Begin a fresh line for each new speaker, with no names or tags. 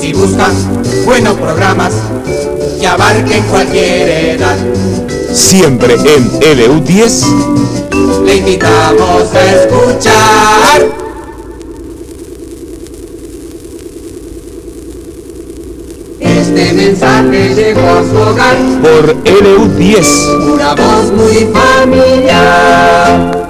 Si buscas buenos programas que abarquen cualquier edad,
Siempre en LU10.
le invitamos a escuchar. Este mensaje llegó a su hogar,
Por LU10.
una voz muy familiar.